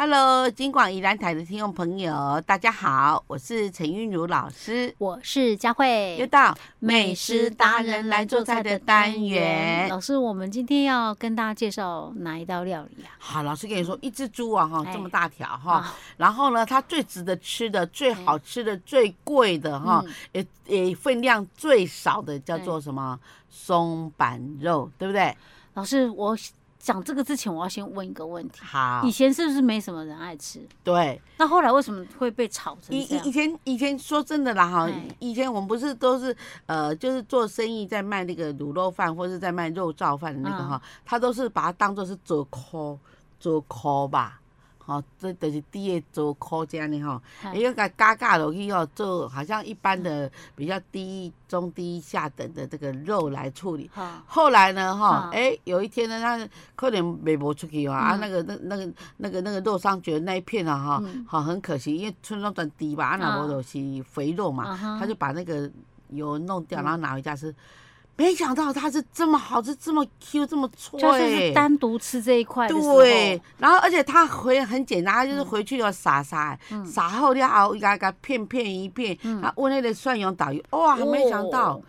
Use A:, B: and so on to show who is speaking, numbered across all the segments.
A: Hello，金广宜兰台的听众朋友，大家好，我是陈韵如老师。
B: 我是佳慧，
A: 又到美食达人来做菜的单元。
B: 老师，我们今天要跟大家介绍哪一道料理啊？
A: 好，老师跟你说，一只猪啊，哈，
B: 哎
A: 这么大条哈，
B: 啊，
A: 然后呢，它最值得吃的、最好吃的、最贵的哈，
B: 嗯
A: 也也分量最少的叫做什么松板肉，对不对？
B: 老师，我讲这个之前，我要先问一个问题：
A: 好
B: 以，前是不是没什么人爱吃？
A: 对，
B: 那后来为什么会被炒成
A: 以
B: 这
A: 以以
B: 样？
A: 前以前说真的啦哈
B: 哎，
A: 以前我们不是都是呃，就是做生意在卖那个卤肉饭或是在卖肉燥饭的那
B: 嗯
A: 个哈，他都是把它当做是做抠做抠吧，好、这就是低的做抠这样的哈，
B: 哎
A: 因为它嘎嘎落去哦，做好像一般的比较低中低下等的这个肉来处理。
B: 好，
A: 后来呢，哈
B: 啊，
A: 哎、有一天呢，他可能没播出去哦，啊，
B: 嗯
A: 那个那那个那个那个肉上觉那一片啊，哈、
B: 嗯
A: 好很可惜，因为村庄转低吧，啊，那我
B: 啊
A: 就是肥肉嘛，
B: 啊哈
A: 他就把那个油弄掉，
B: 嗯
A: 然后拿回家吃。没想到它是这么好吃，这么 Q，这么脆，
B: 就是是单独吃这一块的时候，
A: 对，然后而且它回很简单，它就是
B: 嗯
A: 回去要撒撒的，
B: 嗯
A: 撒后了后，伊甲甲片片一片，
B: 嗯
A: 啊，温那个蒜蓉导游，哇，还没想到
B: 哦，，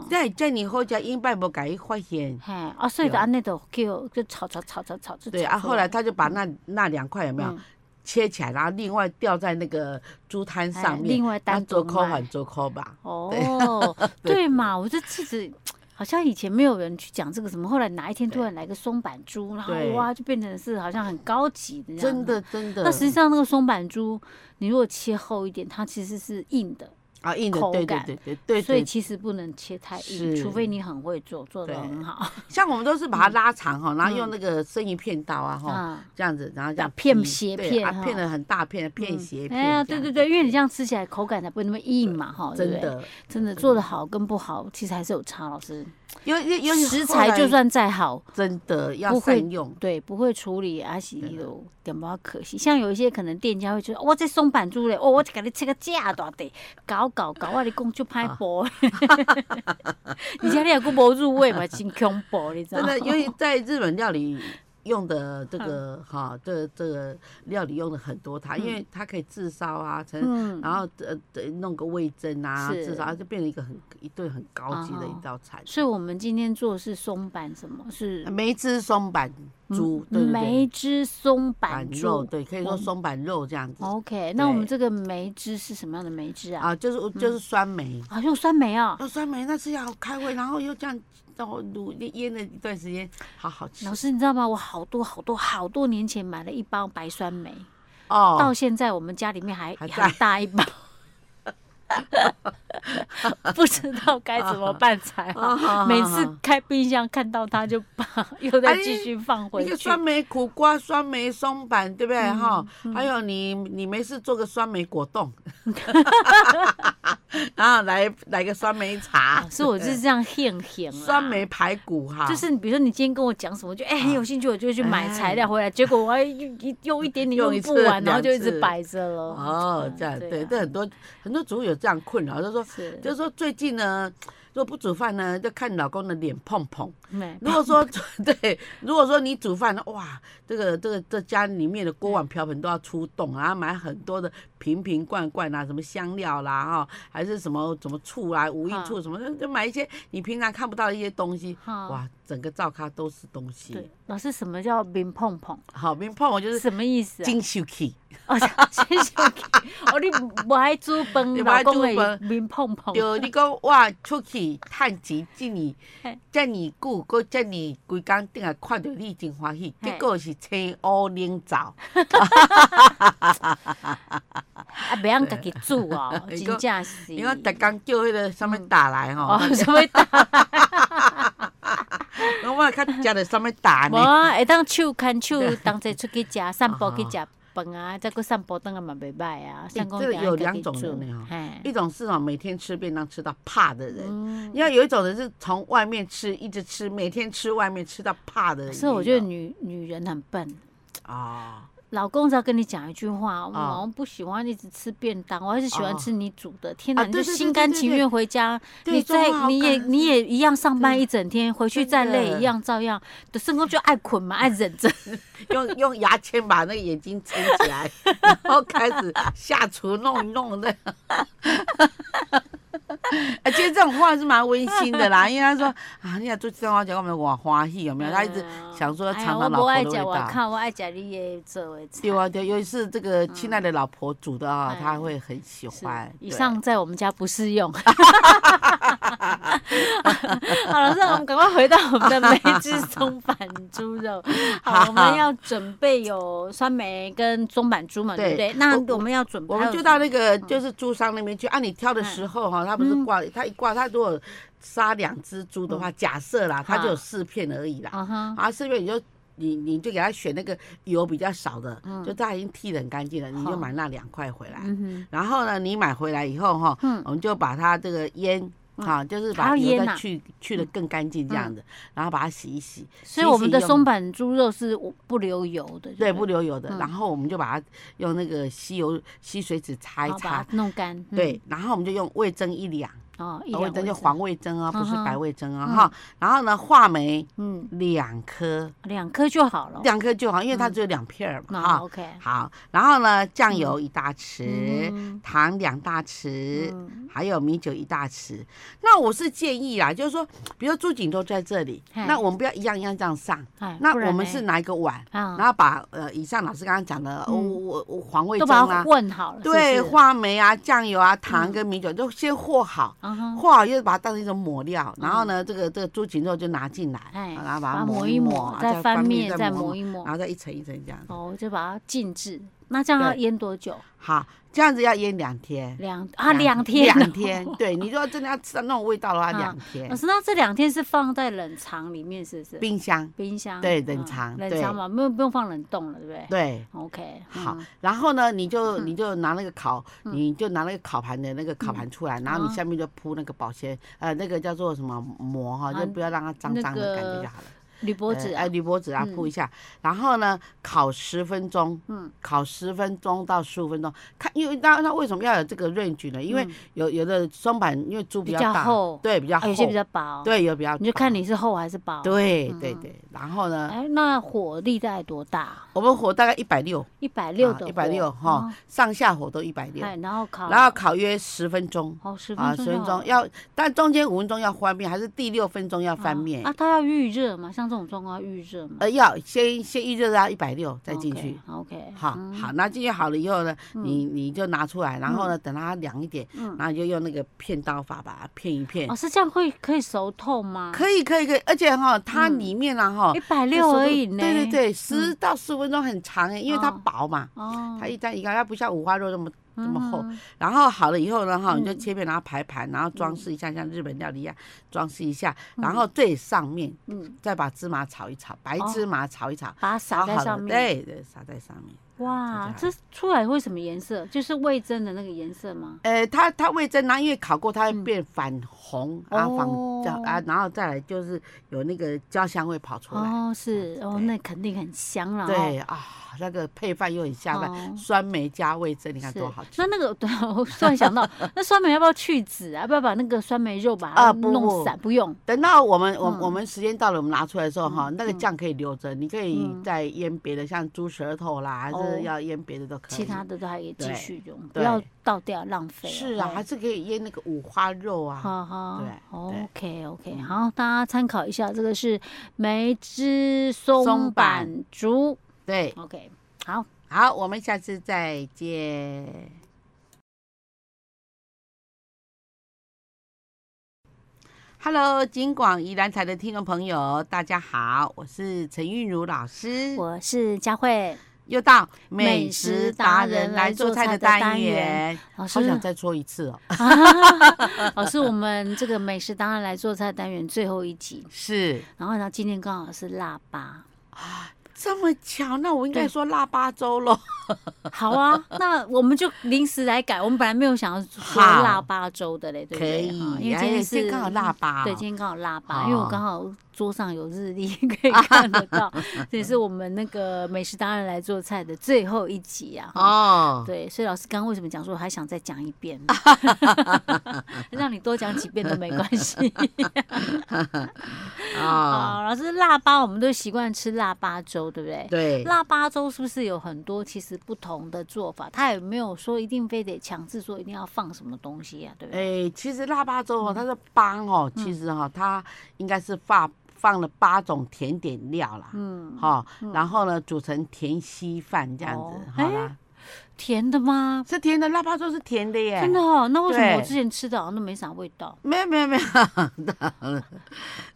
B: 哇
A: 那遮尔好食，因拜无甲伊发现。
B: 嘿，啊，所以就安那都叫就炒炒炒炒炒，就
A: 对
B: 炒
A: 啊，
B: 出
A: 后来他就把那那两块有没有
B: 嗯
A: 切起来，然后另外吊在那个猪摊
B: 哎
A: 上面，
B: 另外单
A: 做
B: 独
A: 扣
B: 卖
A: 还做扣吧。
B: 哦，对嘛，我就记得。好像以前没有人去讲这个什么，后来哪一天突然来个松板猪，然后
A: 对
B: 哇就变成是好像很高级的这样啊
A: 真。的真的，
B: 那实际上那个松板猪，你如果切厚一点，它其实是硬的，
A: 啊硬的，
B: 口
A: 对对
B: 感
A: 对对对，
B: 所以
A: 对
B: 其实不能切太硬，
A: 是
B: 除非你很会做，做的
A: 对
B: 很好
A: 像我们都是把它拉长哈，然后用那个生鱼片刀啊哈，
B: 嗯啊。
A: 这样子，然后这样
B: 把片
A: 劈
B: 斜
A: 对
B: 片
A: 啊
B: 哈
A: 片的很大片，片斜片。
B: 哎呀，对对对，，因为你这样吃起来口感才不会那么硬嘛，哈，对不
A: 真
B: 对？
A: 的，
B: 真的做的好跟不好，其实还是有差。老师，
A: 尤尤尤其
B: 食
A: 后
B: 材就
A: 来
B: 算再好，
A: 真的要
B: 不会
A: 善用，
B: 对，不会处理，而是
A: 对啊
B: 有点比较可惜。像有一些可能店家会觉得，哇，这松板猪嘞，哦，我给你切个假大地，搞搞搞，我跟你讲就拍
A: 啊
B: 波， 而且你也佫无入味嘛，真恐怖，你知道
A: 真
B: 吗？
A: 的，尤其在日本料理用的这个哈，这个这个料理用的很多它，因为它可以炙烧啊，成
B: 嗯，
A: 然后呃呃弄个味噌啊，
B: 是
A: 炙烧就变成一个很一顿很高级的
B: 啊
A: 一
B: 哈
A: 道菜。
B: 所以我们今天做的是松板什么？是
A: 梅汁松板嗯猪，对不对？
B: 梅汁松板
A: 板肉
B: 猪。
A: 对，可以说
B: 我
A: 松板肉这样子
B: OK，那我们
A: 对
B: 这个梅汁是什么样的梅汁啊？
A: 啊，就是就是酸梅。
B: 啊，用酸梅啊。
A: 有酸梅那吃起来好开胃，然后又这样然后卤腌了一段时间，好好吃
B: 老师，你知道吗？我好多好多好多年前买了一包白酸梅，到
A: 哦。
B: 现在我们家里面还
A: 还在
B: 很大一包， 不知道该怎么办才好。
A: 啊
B: 每次开冰箱看到它就把又再继续放回
A: 哎那个
B: 去。嗯
A: 酸梅苦瓜、酸梅松板，对不对哈？还有你你没事做个酸梅果 冻，然后来来个酸梅茶
B: 啊，所以我就是这样现现啦。
A: 酸梅啊排骨哈，
B: 就是你，比如说你今天跟我讲什么，我就哎、很有兴趣，我就会去买材料回来，结果我还 用用一点点
A: 哎用
B: 用
A: 一
B: 不
A: 次
B: 完，然后就一
A: 两次
B: 直摆着了。
A: 哦
B: 嗯
A: 这样对，
B: 啊
A: 这很多很多主妇有这样困扰，就说
B: 是
A: 就是说最近呢，如果不煮饭呢，就看老公的脸碰碰。
B: 没
A: 如果说对，如果说你煮饭，哇，这个这个这家里面的锅碗瓢盆都要出动，然后买很多的瓶瓶罐罐啊，什么香料啦哈，还是什么什么醋啊、无益醋什么，就买一些你平常看不到的一些东西。
B: 哈
A: 哇，整个灶咖都是东西
B: 对。，老师什么叫冰碰碰？
A: 好，明碰我就是
B: 什么意思啊？
A: 金秀气，
B: 哦，真是哦，你无爱煮饭，
A: 你不
B: 老
A: 爱煮
B: 公
A: 饭
B: 会面碰碰。
A: 有你讲哇，出去趁钱，这你
B: 嘿
A: 这你久，搁这你规工顶下看到你真欢喜，
B: 嘿
A: 结果是青乌冷灶。
B: 啊，袂用家己煮哦，
A: 伊
B: 真正是。
A: 因为逐工叫迄个啥物打来吼
B: 哦，，什么打？
A: 我嘛较食着啥物打
B: 无
A: 呢？
B: 啊，会当手牵手，同齐出去食，散步去食饭啊，再搁散步等下嘛袂歹啊。
A: 哦这
B: 像讲
A: 这个
B: 定
A: 有
B: 家己
A: 两种
B: 煮
A: 人呢哦
B: 嘿
A: 一种是哦，每天吃便当吃到怕的人，
B: 嗯，
A: 因为有一种人是从外面吃，一直吃，每天吃外面吃到怕的人也有。
B: 所以我觉得女女人很笨。
A: 啊，
B: 老公只要跟你讲一句话，我
A: 啊
B: 好像不喜欢一直吃便当，我还是喜欢
A: 哦
B: 吃你煮的。天哪，
A: 啊
B: 你就
A: 对对对
B: 心甘
A: 对对
B: 情
A: 对
B: 愿回家，
A: 对
B: 你
A: 中华
B: 再
A: 好
B: 你也
A: 感
B: 你也一样上班一整天，回去
A: 真
B: 再累
A: 的
B: 一样照样。的生活就爱捆嘛，爱忍着。
A: 用用牙签把那个眼睛撑起 来，然后开始下厨弄一弄的。 啊，其实这种话是蛮温馨的啦，因为他说啊，你要做这种讲，我们我欢喜有没有？他一 直想说要哎尝嗯尝老
B: 哎我
A: 婆
B: 爱
A: 的味
B: 我
A: 道。
B: 看我爱讲你也做为
A: 对啊，对，尤其是这个亲爱的老婆煮的啊，
B: 嗯
A: 他会很喜欢。
B: 以
A: 对
B: 上在我们家不适用。 好了，那我们赶快回到我们的梅汁 松板猪肉。好，
A: 好
B: 我们要准备有酸梅跟松板猪嘛，对不
A: 对
B: 对？那
A: 我
B: 我们要准备，
A: 我们就到那个
B: 嗯
A: 就是猪商那边去，按、啊你挑的时候哈、它不是挂，它一挂，它如果杀两只猪的话，假设啦，它就有四片而已啦，
B: 嗯啊哈，
A: 啊，四片你就你你就给它选那个油比较少的，就它已经剃得很干净了，你就
B: 嗯好
A: 买那两块回来。
B: 嗯
A: 然后呢，你买回来以后哈，
B: 嗯
A: 我们就把它这个腌。啊，就是
B: 还要
A: 把油
B: 腌
A: 再
B: 啊嗯
A: 去去的更干净这样子，然后把它洗一洗，
B: 哼，所以我们的
A: 洗一洗用
B: 松板猪肉是我不留油的，
A: 对
B: 不
A: 不流油的，
B: 嗯
A: 然后我们就把它用那个吸油吸水纸擦一
B: 好
A: 擦
B: 把，它弄干，嗯，
A: 对，然后我们就用味增一两，
B: 哦，一
A: 呃味
B: 两
A: 增
B: 味
A: 就
B: 噌
A: 黄，味增啊，不是
B: 嗯
A: 白
B: 哼
A: 味增啊哈。然后呢，话梅
B: 嗯，
A: 两颗，
B: 两颗就好了。
A: 两颗就好，因为它只有两片儿嘛
B: 那
A: 哈。
B: 嗯 OK，
A: 好，然后呢，酱油一大匙，
B: 嗯
A: 糖两大匙。
B: 嗯
A: 还有米酒一大匙，那我是建议啦，就是说，比如说猪颈都在这里，
B: 嗨
A: 那我们不要一样一样这样上，
B: 哎
A: 那
B: 不然
A: 我们
B: 呢
A: 是拿一个碗，
B: 啊，
A: 然后把呃以上老师刚刚讲的，我
B: 嗯
A: 我我黄味
B: 都
A: 增
B: 把它
A: 啊，
B: 混好了，是不
A: 对，
B: 是，嗯
A: 话梅啊、酱油啊、糖跟米酒都先和好，
B: 啊哈，
A: 和好又把它当成一种抹料，然后呢，这个这个猪颈肉就拿进来，
B: 嗯
A: 啊
B: 哎，
A: 然后把
B: 把
A: 它
B: 它
A: 抹啊
B: 一
A: 抹，
B: 再翻面，再
A: 抹
B: 磨，一磨
A: 然，后再一层一层这样。
B: 哦，就把它静置。那这样要
A: 对
B: 腌多久？
A: 好，这样子要腌两天
B: 两啊两天，
A: 两。 天。对，你如果真的要吃到那种味道的话，
B: 啊
A: 两
B: 老
A: 天，
B: 师，那这两天是放在冷藏里面，是不是？
A: 冰箱
B: 冰箱
A: 对
B: 嗯
A: 冷藏
B: 冷
A: 对
B: 藏嘛，不用不用放冷冻了，对不对
A: 对。
B: ？OK，
A: 好
B: 嗯，
A: 然后呢，你就你就拿那个烤，你就拿那个烤盘的那个烤盘出来，然后你
B: 啊
A: 下面就铺那个保鲜，呃，那个叫做什么膜哈，就
B: 啊
A: 不要让它脏
B: 那
A: 脏的感觉
B: 个
A: 就好了。
B: 铝箔纸
A: 呃
B: 啊
A: 哎，，铝箔纸啊，铺
B: 嗯
A: 一下，然后呢，烤十分钟，
B: 嗯，
A: 烤十分钟到十五分钟，看，因为那那为什么要有这个 range 呢？因为
B: 嗯
A: 有有的双板，因为猪比
B: 比
A: 较
B: 较
A: 大，
B: 厚
A: 对，比较
B: 啊
A: 厚，
B: 有些比较薄，，
A: 对，有比较，
B: 你就看，你是厚还是薄。，
A: 对对
B: 嗯
A: 对，然后呢，
B: 哎，那火力大概多大？
A: 我们火大概一百六，啊
B: 一百六的火，
A: 一百六哈，上下火都一百
B: 哦，
A: 六，
B: 哎，然后烤，
A: 然后烤约十分钟。
B: 哦十
A: 啊，十
B: 分
A: 分
B: 钟就好
A: 钟
B: 了
A: 要，但中间五分钟要翻面，还是第六分钟要翻面
B: 啊，？它要预热嘛，像这种状况要预热嘛，
A: 呃，要先先预热到一百六再进去。。
B: OK，
A: 好
B: 嗯
A: 好，那进去好了以后呢，你你就拿出来，然后呢，等它凉一点，然后你就用那个片刀法把它片一片
B: 嗯哦，。是这样会可以熟透吗？
A: 可以可以可以，而且哈，它里面啊哈
B: 一，百
A: 这
B: 嗯六
A: 速度
B: 而已呢。
A: 对
B: 嗯
A: 对。对，十到十五分钟很长欸，因为它
B: 哦
A: 薄嘛，
B: 哦，
A: 它一张一个，它不像五花肉那么这么厚。
B: 嗯
A: 然后好了以后呢，哈，你就切片，然后排盘，然后装饰一下，像日本料理一样装饰一下，然后最上面
B: 嗯，
A: 再把芝麻炒一炒，白
B: 哦
A: 芝麻炒一炒，
B: 把它
A: 炒
B: 撒在
A: 好
B: 上
A: 了，
B: 面。。
A: 对对，撒在上面。
B: 哇，
A: 撒在
B: 这出来会什么颜色？就是味增的那个颜色吗？
A: 呃，它它味增，然后因为烤过，它会变反红，然后
B: 哦
A: 反啊，然后再来就是有那个焦香味跑出来。
B: 哦，是哦，
A: 对
B: 那肯定很香了。
A: 对啊，那个配饭又很下饭，
B: 哦
A: 酸梅加味增，你看
B: 是
A: 多好吃。
B: 那那个，对，我突然想到，那酸梅要不要去籽啊？要不要把那个酸梅肉把它
A: 啊不
B: 弄散？不用，
A: 等到我们我
B: 嗯
A: 我们时间到了，我们拿出来的时候哈，
B: 嗯
A: 那个酱可以留着，你可以
B: 嗯
A: 再腌别的，像猪舌头啦，还
B: 哦
A: 是要腌别的都可以。
B: 其他的都还可以继
A: 对
B: 续用，不
A: 对
B: 要倒掉浪费哦了。
A: 是啊，
B: 对
A: 还是可以腌那个五花肉啊。
B: 好好，
A: 对嗯
B: ，OK OK，好，大家参考一下，这个是梅枝松
A: 松板
B: 板竹
A: 对，
B: ，OK，好。
A: 好，我们下次再见。Hello，金广宜兰台的听众朋友，大家好，我是陈韵如老师，
B: 我是佳慧
A: 又到
B: 美食达人来做菜的单元，老
A: 好
B: 师
A: 想再说一次哦。
B: 啊， 老师，我们这个美食当然来做菜单元最后一集，
A: 是
B: 然后呢，今天刚好是腊八，
A: 这么巧，那我应该
B: 对
A: 说腊八粥喽。
B: 好啊，那我们就临时来改，我们本来没有想要说
A: 好
B: 腊八粥的嘞，对不
A: 可
B: 对？
A: 以
B: 啊因为
A: 哎
B: 今天
A: 今天
B: 是
A: 刚好腊八哦
B: 对，今天刚好腊八，
A: 好
B: 因为我刚好桌上有日历 可以看得到，这也是我们那个美食达人来做菜的最后一集啊。哈
A: 哦，
B: 对，所以老师刚刚为什么讲说还想再讲一遍， 让你多讲几遍都没关 系。
A: 啊，
B: 啊，老师，腊八我们都习惯吃腊八粥，对不对？
A: 对，
B: 腊八粥是不是有很多其实不同的做法？它也没有说一定非得强制说一定要放什么东西啊呀、对不对？
A: 哎，其实腊八粥哦，
B: 嗯
A: 它的八哦，其实哈、它应该是放放了八种甜点料啦，
B: 嗯，
A: 哈、然后呢煮成甜稀饭这样子，
B: 哦
A: 好啦，
B: 甜的吗？
A: 是甜的，腊八粥是甜的耶，
B: 真的哦，那为什么我
A: 对
B: 之前吃的好像都没啥味道？
A: 没有没有没有，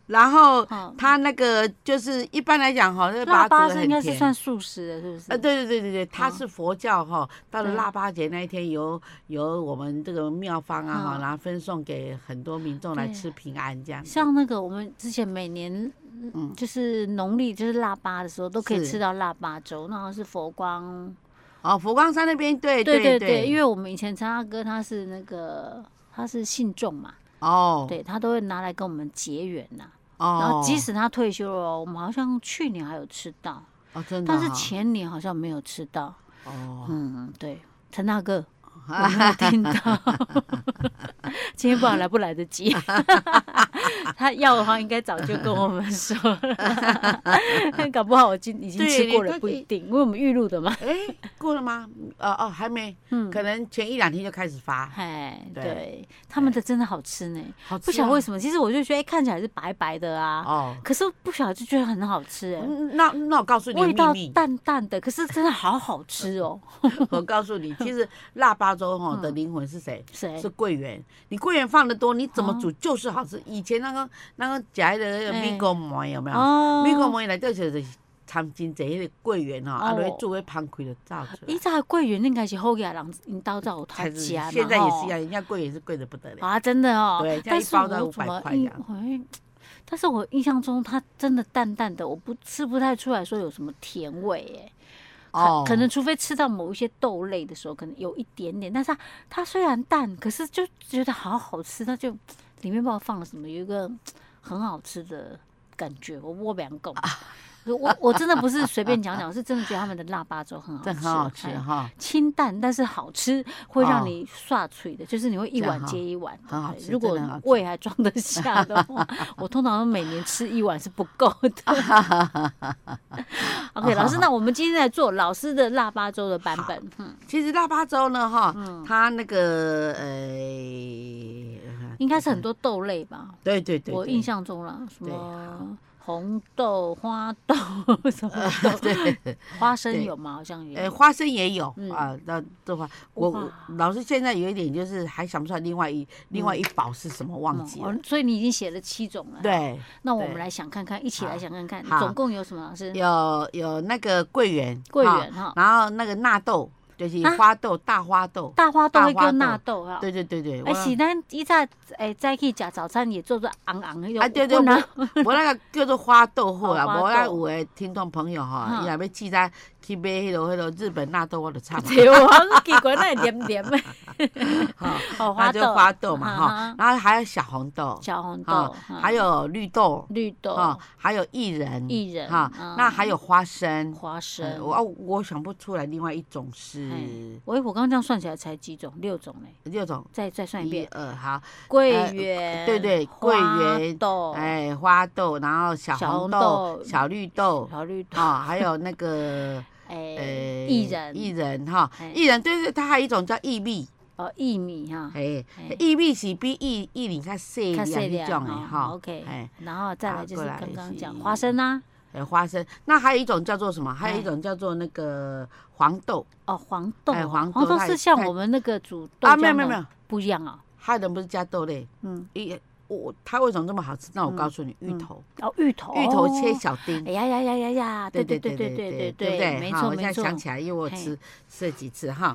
A: 然后
B: 好
A: 它那个就是一般来讲哈，就是把
B: 腊
A: 它
B: 八
A: 煮
B: 是
A: 的
B: 应该
A: 很
B: 是
A: 甜。
B: 算素食的，是不是？
A: 啊，对对对对对，它
B: 哦
A: 是佛教哈，到了
B: 对
A: 腊八节那一天，由由我们这个庙方啊哈，
B: 嗯
A: 然后分送给很多民众来
B: 对
A: 吃平安这样子。
B: 像那个我们之前每年，嗯就是农历就是腊八的时候，都可以
A: 是
B: 吃到腊八粥，那好像是佛光
A: 哦，佛光山那边对
B: 对
A: 对
B: 对对，因为我们以前常大哥他是那个他是信众嘛，
A: 哦
B: 对他都会拿来跟我们结缘呐、
A: 哦，
B: 然后即使他退休了哦，我们好像去年还有吃到，
A: 哦真的
B: 但是
A: 哈
B: 前年好像没有吃到。
A: 哦
B: 嗯，对，陈 大哥，我没有听到， 今天不知道来不来得及。 他要的话，应该早就跟我们说了， 搞不好我今已经
A: 对
B: 吃过
A: 你
B: 了，
A: 他
B: 不
A: 可以
B: 一定，因为我们预录 的嘛。
A: 哎过了吗？呃哦还没，
B: 嗯，
A: 可能前一两天就开始发，
B: 哎，
A: 对
B: 对，他们的真的好吃呢。
A: 好
B: 不
A: 吃
B: 晓
A: 啊
B: 得为什么，其实我就觉得、哎看起来是白白的啊，
A: 哦。
B: 可是不晓得就觉得很好吃哎、
A: 嗯那那我告诉你
B: 味
A: 个
B: 道
A: 秘密，
B: 淡淡的，可是真的好好吃哦。
A: 我告诉你，其 实腊八粥
B: 嗯
A: 哈的灵魂 是谁？
B: 谁
A: 是？桂圆，你桂圆放的多，你怎么
B: 哎哦
A: 煮就是好吃。以前那个那个夹的
B: 哎
A: 米糕馍有没有？
B: 哦
A: 米糕馍来底就是掺真济迄个桂圆吼，啊，
B: 哦
A: 落去煮迄芳开就走出来
B: 以。前的桂圆应该是后家人引导到他啊
A: 才是
B: 家嘛，
A: 现在也是一
B: 吼
A: 样，人家桂圆是贵的不得了。
B: 啊，真的哦。
A: 对这样
B: 但
A: 一
B: 是
A: 包大概500
B: 我怎么
A: 块这
B: 印
A: 样？
B: 哎但是我印象中它真的淡淡的，我不吃不太出来说有什么甜味哎。哦，可能除非吃到某一些豆类的时候，可能有一点点，但是它它虽然淡，可是就觉得好好吃，它就里面不知道放了什么，有一个很好吃的感觉。我我两个， 我我真的不是随便讲讲，是真的觉得他们的腊八粥很好吃，
A: 这很哦好吃
B: 哎
A: 哈。
B: 清淡但是好吃，会
A: 哦
B: 让你刷嘴的，就是你会一碗接一碗。
A: 很好
B: 对
A: 吃
B: 如
A: 真
B: 果
A: 的很好吃
B: 胃还装得下的话， 我通常每年吃一碗是不够的。OK，老师，
A: 哦
B: 那我们今天来做老师的腊八粥的版本。嗯，
A: 其实腊八粥呢，哈，它那个哎呃，
B: 应该是很多豆类吧？
A: 对对对，
B: 我
A: 对
B: 印象中啦，什
A: 对
B: 么红豆、花豆 什么 豆，
A: 对，
B: 花生
A: 对
B: 有吗？好像有。
A: 呃，花生也有
B: 嗯
A: 啊。那的话，我
B: 哇嗯
A: 我老师现在有一点就是还想不出来另外一另外一宝是什么，忘记了
B: 哦。所以你已经写了七种了。，
A: 对，
B: 那我们
A: 对
B: 来想看看，一起来
A: 好
B: 想看看，
A: 好
B: 总共有什么？老师，
A: 有有那个桂圆，
B: 嗯桂
A: 哈
B: 圆哈，
A: 然后那个纳豆就是
B: 啊
A: 花豆、大花豆，
B: 大花豆
A: 大
B: 会
A: 花
B: 叫纳
A: 豆
B: 豆哈。
A: 对对对对，
B: 哎，
A: 我啊
B: 是咱以前诶早哎起食早餐也做做昂昂迄种，
A: 啊对对，我
B: 呐，
A: 我那个叫做花豆货啊，
B: 哦花豆
A: 无咱有诶听众朋友哈，
B: 哈
A: 伊若要记在去买迄落迄落日本纳豆，我就差不多。
B: 对我啊奇怪，那黏黏 的，
A: 哈那
B: 哦，花
A: 就
B: 豆，
A: 花豆嘛
B: 啊
A: 哈
B: 哈，
A: 然后还有小红豆，
B: 小红
A: 啊
B: 豆，嗯
A: 还有绿豆，
B: 绿豆、
A: 啊，还有薏仁，
B: 薏仁
A: 哈
B: 哦嗯，
A: 那还有花生。
B: 花
A: 呃
B: 生。
A: 我哦嗯我想不出来，另外一种
B: 哎
A: 是
B: 喂，我刚刚这样算起来才几种，六种嘞，
A: 六种，
B: 再再算一
A: 一
B: 遍，
A: 二好，
B: 桂
A: 呃
B: 圆，
A: 对对桂圆
B: 花豆，
A: 哎，花豆，然后小
B: 哦小
A: 红
B: 红
A: 豆
B: 豆、
A: 小绿豆，
B: 小绿豆，
A: 啊，还有那个
B: 哎
A: 呃，
B: 薏仁，
A: 薏仁哈，
B: 哎
A: 薏仁对对，它还有一种叫薏米，
B: 哦，薏米哈，
A: 哎
B: 哎，
A: 薏米是比薏薏米较细一
B: 较细
A: 点那
B: 粒
A: 种的
B: 哦
A: 哈，
B: ，OK
A: 哎，
B: 然后再
A: 啊
B: 来就是
A: 过来
B: 刚刚讲
A: 是
B: 花生啊，
A: 还有花生，那还有一种叫做什么？还有一
B: 哎
A: 种叫做那个黄豆，
B: 哦，黄豆
A: 哎
B: 哦，
A: 黄
B: 黄
A: 豆
B: 豆
A: 它
B: 是
A: 也
B: 像
A: 它也
B: 我们那个煮豆
A: 啊，没有
B: 浆
A: 没有
B: 的
A: 没有，
B: 不一样啊。
A: 还有人不是加豆类，
B: 嗯，
A: 一我它为什么这么好吃？那我
B: 嗯
A: 告诉你，芋
B: 嗯
A: 头，
B: 哦，芋头，
A: 芋头切。小丁
B: 哎。呀呀呀呀呀！对对对对对对
A: 对不对？
B: 没
A: 哈
B: 错
A: 我现
B: 没
A: 在
B: 错。
A: 想起来，因为我
B: 嘿
A: 吃吃了几次哈。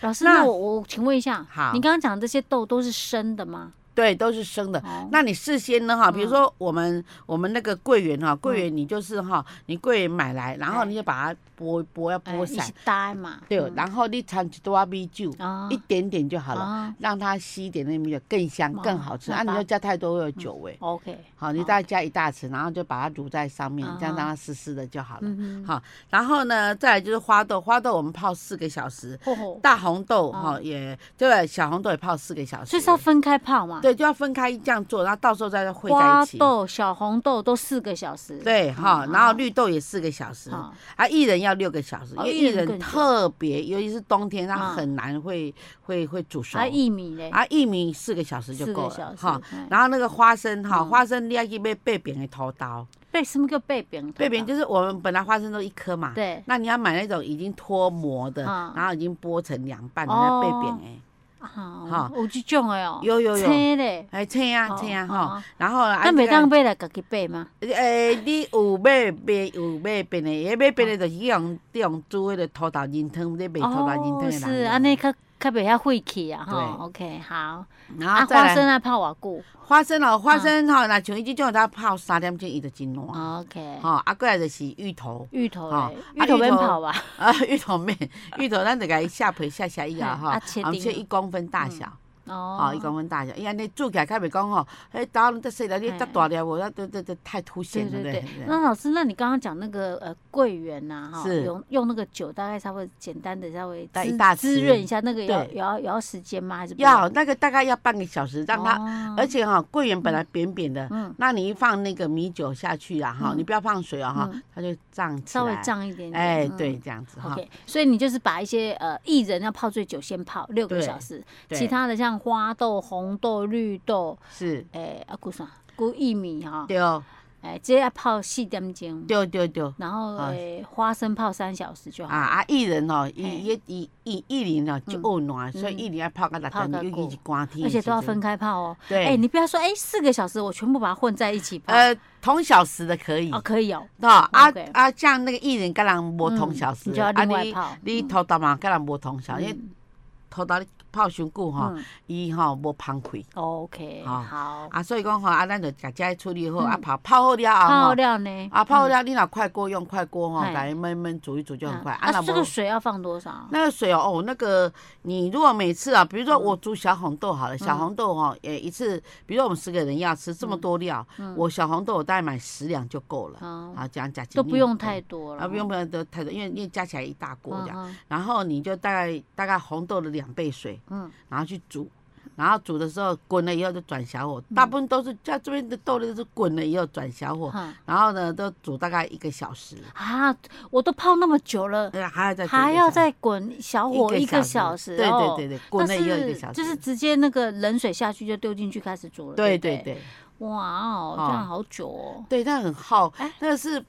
B: 老师，
A: 那
B: 那我我请问一下，
A: 好
B: 你刚刚讲这些豆都是生的吗？
A: 对，都是生的。
B: 哦
A: 那你事先呢哈，比如
B: 嗯
A: 说我们、我们那个桂圆哈，桂圆你就是哈，你桂圆买来，然后你就把它剥一剥，要剥
B: 哎你
A: 散
B: 是，呆嘛？
A: 对，
B: 嗯
A: 然后你掺一多米酒，
B: 啊
A: 一点点就好了，
B: 啊
A: 让它吸一点那米酒更香
B: 哦嗯
A: 更好吃。
B: 那
A: 啊，你
B: 把
A: 要加太多会有酒味。
B: ，OK，
A: 好，你大概加一大匙，然后就把它卤在上面，这样
B: 啊
A: 让它湿湿的就好了。
B: 嗯
A: 好，然后呢，再来就是花豆，花豆我们泡四个小时，
B: 哼，哦，
A: 大红豆哈、也对，小红豆也泡四个小时，
B: 所以是要分开泡嘛？，
A: 对，就要分开这样做，然后到时候再烩在
B: 花
A: 一起。
B: 豆、小红豆都四个小时。
A: 对哈，
B: 嗯
A: 然后
B: 嗯
A: 绿豆也四个小时，
B: 好
A: 啊，薏仁要六个小时，因
B: 哦
A: 为
B: 薏
A: 薏
B: 仁
A: 仁
B: 更久
A: 特别，尤其是冬天，它
B: 嗯
A: 很难会会会煮熟。
B: 啊，薏米嘞，
A: 啊，薏米四个小时就
B: 四
A: 够
B: 个小
A: 了
B: 时
A: 哈。。
B: 哎
A: 然后那个花生哈，
B: 嗯
A: 花生你要去买背扁的头刀，
B: 背什么叫背饼？啊
A: 背扁就是我们本来花生都一颗嘛，
B: 对
A: 那你要买那种已经脱模的，
B: 嗯哦
A: 然后已经剥成两半的那背扁哎，哈
B: 啊，有这种的哦，
A: 有有有
B: 青嘞，
A: 哎，这
B: 哦
A: 样这样哈，然后啊，
B: 咱
A: 这
B: 袂
A: 个
B: 当买来家己背吗？
A: 诶，你有买变有买变的，迄买变的就是去用用煮迄个土豆仁汤，咧卖土豆仁汤的人。啊
B: 哦是啊安尼，。较较袂遐晦气啊，
A: 对
B: 哈，OK，好。
A: 然
B: 啊，
A: 后再
B: 花
A: 来
B: 生啊嗯泡偌久
A: 花生哦，花生吼，若像伊即种，它泡三点钟伊就真烂。
B: ？OK，
A: 吼，啊，过来就是芋头，
B: 芋头
A: 哦
B: 嘞，
A: 啊
B: 芋头
A: 芋
B: 免
A: 头
B: 泡吧？
A: 啊， 芋头面，芋头咱就甲伊下皮下下以后
B: 嘿
A: 吼
B: 啊切，
A: 啊
B: 丁
A: 切
B: 啊
A: 一公分大小，
B: 哦
A: 吼，一公分大小，伊安尼煮起来较袂讲吼，迄刀你得细粒，你得大粒，我那这这这太凸显了，
B: 对对
A: 对
B: 对嗯
A: 不对，
B: 那老师，那你刚刚讲那个呃桂圆呐，哈，
A: 是
B: 用用那个酒，大概稍微简单的稍微
A: 大一
B: 滋
A: 大匙
B: 滋润一下，那个也要
A: 对
B: 也要也要时间吗？还是不
A: 要那个大概要半个小时，让它
B: 它
A: 而且哈、桂圆本来扁扁的，
B: 哦嗯
A: 那你一放那个米酒下去啊，哈、
B: 嗯
A: 你不要放水哦，哈、
B: 嗯
A: 它就胀起来，
B: 稍微，胀一点点，
A: 哎，
B: 嗯
A: 对，。这样子哈
B: OK，所以你就是把一些呃薏仁要泡最久，先泡六个
A: 对
B: 小时，
A: 对
B: 其他的像花豆、红豆、绿豆，
A: 是，
B: 诶、啊，古啥？古薏米哈，
A: 对哦，
B: 诶、这要泡四点钟，
A: 对对对，
B: 然后
A: 啊
B: 诶、花生泡三小时就好，
A: 啊啊，薏仁哦，
B: 嘿嗯
A: 伊伊伊伊薏仁哦，就恶暖，所以薏仁要泡个六
B: 泡
A: 点，
B: 个
A: 尤其是寒天，
B: 而且都要分。开泡哦。
A: 对
B: 哎、你不要说哎、四个小时我全部把它混在一起泡，
A: 呃，同小时的可以
B: 哦，，可以哦，
A: 那啊
B: OK
A: 啊，像那个薏仁，跟人无同小时
B: 嗯你就要
A: 的，
B: 另
A: 啊
B: 外
A: 你
B: 泡
A: 你
B: 嗯
A: 头豆嘛，跟人无同小，因为
B: 嗯
A: 头豆你泡伤久吼，
B: 嗯
A: 伊吼无芳开。
B: ，OK，
A: 好
B: 好，
A: 啊，所以讲吼，啊，咱就家家处理好，啊，
B: 嗯
A: 泡泡好了后
B: 泡
A: 吼，
B: 料呢？
A: 啊，泡好了，你若快锅用快锅吼，
B: 嗨
A: 把它焖焖煮一煮就很快。
B: 啊，
A: 啊，
B: 这
A: 若
B: 个
A: 无
B: 水要放多少？
A: 那个水哦，哦，那个你如果每次啊，比如
B: 嗯
A: 说我煮小红豆好了，小红豆哈，也一次，比如说我们十个人要吃这么多料，我小红豆我大概买十两就够了，
B: 嗯哦
A: 啊，这样加
B: 都不用太多了，
A: 啊，不用不用都太多，因为因为加起来一大锅这样，
B: 嗯
A: 然后你就大概大概红豆的两倍水，
B: 嗯，
A: 然后去煮，然后煮的时候滚了以后就转小火，
B: 嗯
A: 大部分都是在这边的豆类都是滚了以后转小火，
B: 哈
A: 然后呢都煮大概一个小时，
B: 嗯啊，我都泡那么久了，
A: 呃还要再煮
B: 还
A: 一个
B: 要
A: 小时
B: 再滚小火一个小时，
A: 对
B: 哦
A: 对对对，滚了以后一个小时，
B: 就是直接那个冷水下去就丢进去开始煮了，
A: 对
B: 对
A: 对
B: 不，
A: 对
B: 哇哦，
A: 哦
B: 这样好久哦。
A: 对，但很耗
B: 哎，
A: 那个是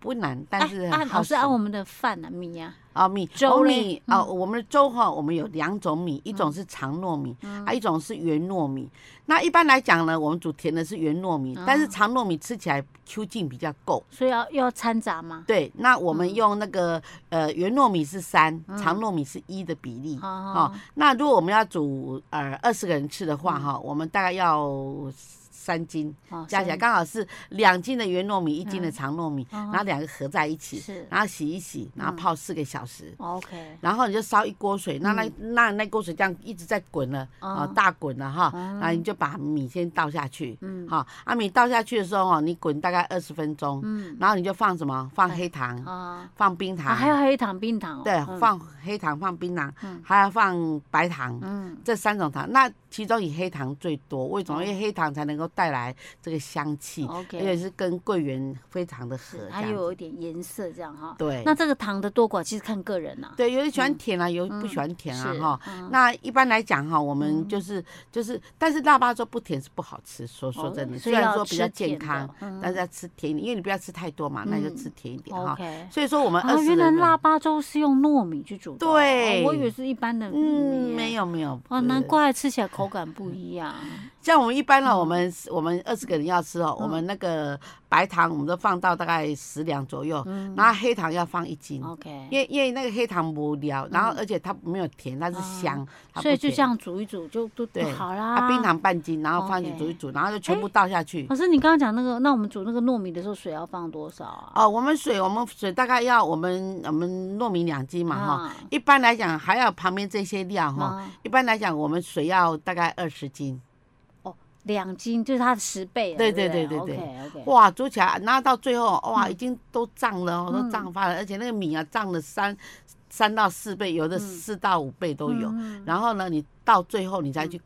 A: 不难，但是
B: 啊，
A: 很耗
B: 老师
A: 时
B: 啊，我们的饭啊，米啊，
A: 啊米
B: 粥
A: 哦
B: 嘞嗯
A: 米啊，我们的粥哈，我们有两种米，一种是长糯米，
B: 嗯
A: 啊一种是圆糯米。那一般来讲呢，我们煮甜的是圆糯
B: 嗯
A: 米，但是长糯米吃起来 Q 劲比较够。
B: 所以要要掺杂吗？
A: 对，那我
B: 嗯
A: 们用那个、呃圆糯米是三、长糯米是一的比例。哦
B: 哦，，
A: 那如果我们要煮呃二十个人吃的话，哈、我们大概要三斤，
B: 嗯哦
A: 加起来
B: 所以
A: 刚好是两斤的圆糯米，一斤的长糯米，
B: 嗯
A: 然后两个合在一起，
B: 是嗯哦
A: 然后洗一洗，然后泡四个小时。
B: OK，
A: 然后你就烧一锅水，那那那那锅水这样一直在滚了，啊、
B: 嗯哦
A: 大滚了哈，然后你就把米先倒下去，
B: 嗯
A: 好，啊米倒下去的时候哦，你滚大概二十分钟，
B: 嗯
A: 然后你就放什么？放黑糖，
B: 啊
A: 放冰糖，
B: 啊，还有黑糖冰糖哦，
A: 对，
B: 嗯
A: 放黑糖，放冰糖，
B: 嗯
A: 还要放白糖，
B: 嗯
A: 这三种糖。那其中以黑糖最多，为什么？
B: 哦
A: 因为黑糖才能够带来这个香气，而且
B: ，OK，
A: 是跟桂圆非常的合。
B: 是
A: 嗯这
B: 它
A: 样
B: 又有
A: 子
B: 一点颜色这样哈。
A: 对，
B: 那这个糖的多寡其实看个人呐，
A: 对有人喜欢甜啊，有人不喜欢甜啊
B: 是
A: 哈。
B: 嗯
A: 那一般来讲哈，我们就是就是，但是腊八粥不甜是不好吃。说说
B: 哦
A: 真的，
B: 所
A: 虽
B: 以
A: 然
B: 要
A: 说比较
B: 吃
A: 健
B: 甜的
A: 康，
B: 嗯
A: 但是要吃甜一点，因为你不要吃太多嘛，那就
B: 嗯
A: 吃甜一点哈。
B: OK。
A: 所以说我们
B: 啊
A: 二，十
B: 原来
A: 人的，
B: 腊八粥是用糯米去煮的哦，
A: 对
B: 哦我以为是一般的米耶。
A: 嗯，没有没有，不
B: 哦，难
A: 是嗯
B: 怪吃起来口感不一样。嗯
A: 像我们一般呢，我们是我们二十个人要吃哦，我们那个白糖我们都放到大概十两左右，
B: 嗯哦
A: 然后黑糖要放一斤，
B: ，OK，
A: 嗯因为因为那个黑糖无聊，然后而且它没有甜，它是香，它不
B: 嗯哦所以就
A: 甜
B: 这样煮一煮就都
A: 对
B: 好啦。
A: 啊，冰。糖半斤，然后放进去
B: OK
A: 煮一煮，然后就全部倒下去。
B: 老师，你刚刚讲那个，那我们煮那个糯米的时候水要放多少啊？
A: 哦，我们水，我们水大概要我们我们糯米两斤嘛哈，哦
B: 啊，
A: 一般来讲还要旁边这些料哈，
B: 啊
A: 一般来讲我们水要大概二十斤，
B: 两斤就是它的十倍了。
A: 对
B: 对
A: 对对对
B: ，OK OK。
A: 哇，煮起来，然后到最后哇，
B: 嗯
A: 已经都胀了哦，都
B: 嗯
A: 胀发了，而且那个米啊胀了三三到四倍，有的
B: 嗯
A: 四到五倍都有。
B: 嗯
A: 然后呢，你到最后你再去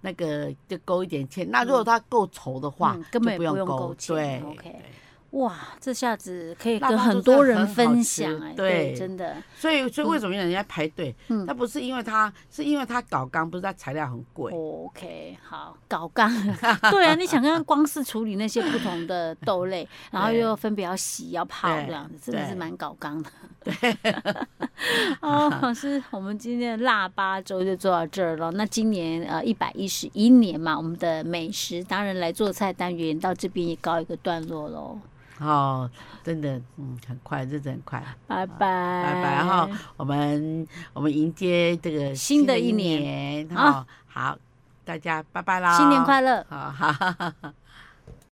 A: 那个就勾一点芡，那如果它够稠的话
B: 嗯，
A: 就
B: 根本也
A: 不
B: 不
A: 用
B: 用
A: 勾
B: 勾，芡
A: 对
B: OK
A: 对
B: 哇，这下子可以
A: 辣
B: 跟
A: 包
B: 很
A: 猪真
B: 多
A: 的
B: 人
A: 很好
B: 分
A: 吃
B: 享哎，
A: 对
B: 真的，
A: 所以，所以为什么人家排队？
B: 嗯
A: 那不是因为它，是因为它搞钢，不是它材料很贵。
B: 哦 OK，好，搞杠。 对啊，你想看光是处理那些不同的豆类， 然后
A: 对
B: 又分别要洗、要泡
A: 对
B: 这样子，真的是
A: 对
B: 蛮搞 杠的。对， 哦，老师，我们今天的腊八粥就做到这儿了。那今年呃一百一十一年嘛，我们的美食达人来做菜单元到这边也告一个段落喽，
A: 哦，真的，嗯，很快，日子很快，
B: 拜拜，
A: 拜
B: 拜
A: 拜哈。我们我们迎接这个
B: 哎新的一啊
A: 年哈、好，大家拜拜啦，
B: 新年快乐。
A: 好！哈哈哈哈